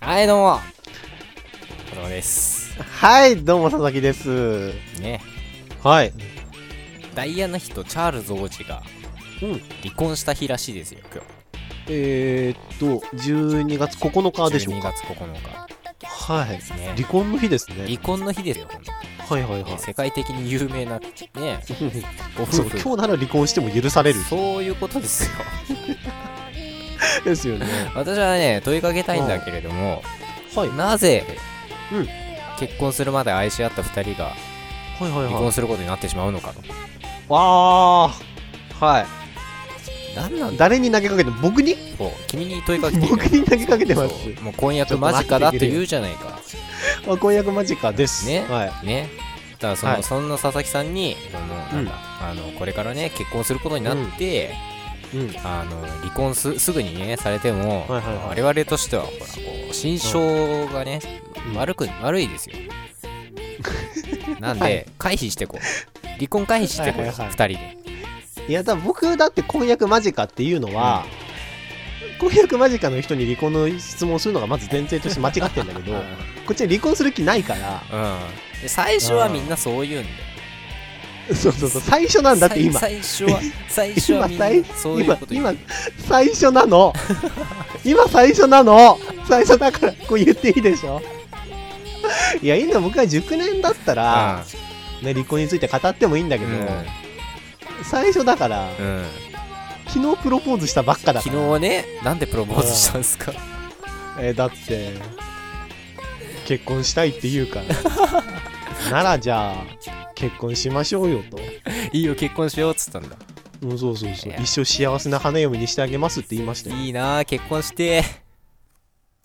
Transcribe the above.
はい、どうも。子供です。はい、どうも佐々木です。ね。はい。ダイアナ妃とチャールズ王子がうん。離婚した日らしいですよ、今えー、っと、12月9日日。でしょう12か。月9日。はい。ね離婚の日ですね。離婚の日ですよ、ほんとはいはいはいね。世界的に有名な、 ね、ご夫そう、婦。今日なら離婚しても許される。そういうことですよ。ですよね。私はね、問いかけたいんだけれども、はい。なぜ、うん結婚するまで愛し合った二人がはいはい離はい婚。することになってしまうのかと。わー。はい。何なんだ誰に投げかけて僕にろう君に問いかけてるよ僕に投げかけてます。そうもう婚約間近だって言うじゃないか。あ婚約間近です。ねはい。ねだからその、はいそんな佐々木さんにそのなんだ、あのこれからね結婚することになって、うん。あの離婚すすぐにねされても、はいはいはい我々としてはほらこう心象がね、うん悪く悪いです よなんで、はい回避してこう離婚回避してこう、二はいはいはい人でいや、だから僕だって婚約間近っていうのは、婚約間近の人に離婚の質問するのがまず前提として間違ってんだけ ど、こっちは離婚する気ないから、うんで最初はみんなそう言うんだよ そうそうそう、最初なんだって今。最最初 は最初はみんな最そういう今こと言う今最初 なの今最初なの最初だからこう言っていいでしょいやいいんだ僕は熟年だったら、ね、離婚について語ってもいいんだけど、最初だからうん、うん昨日プロポーズしたばっかだか昨ら日ねなんでプロポーズしたんですかえーだって結婚したいって言うから ならじゃあ結婚しましょうよといいよ結婚しようっつったんだうんそうそうそういや一生幸せな花嫁にしてあげますって言いましたよいいなあ結婚して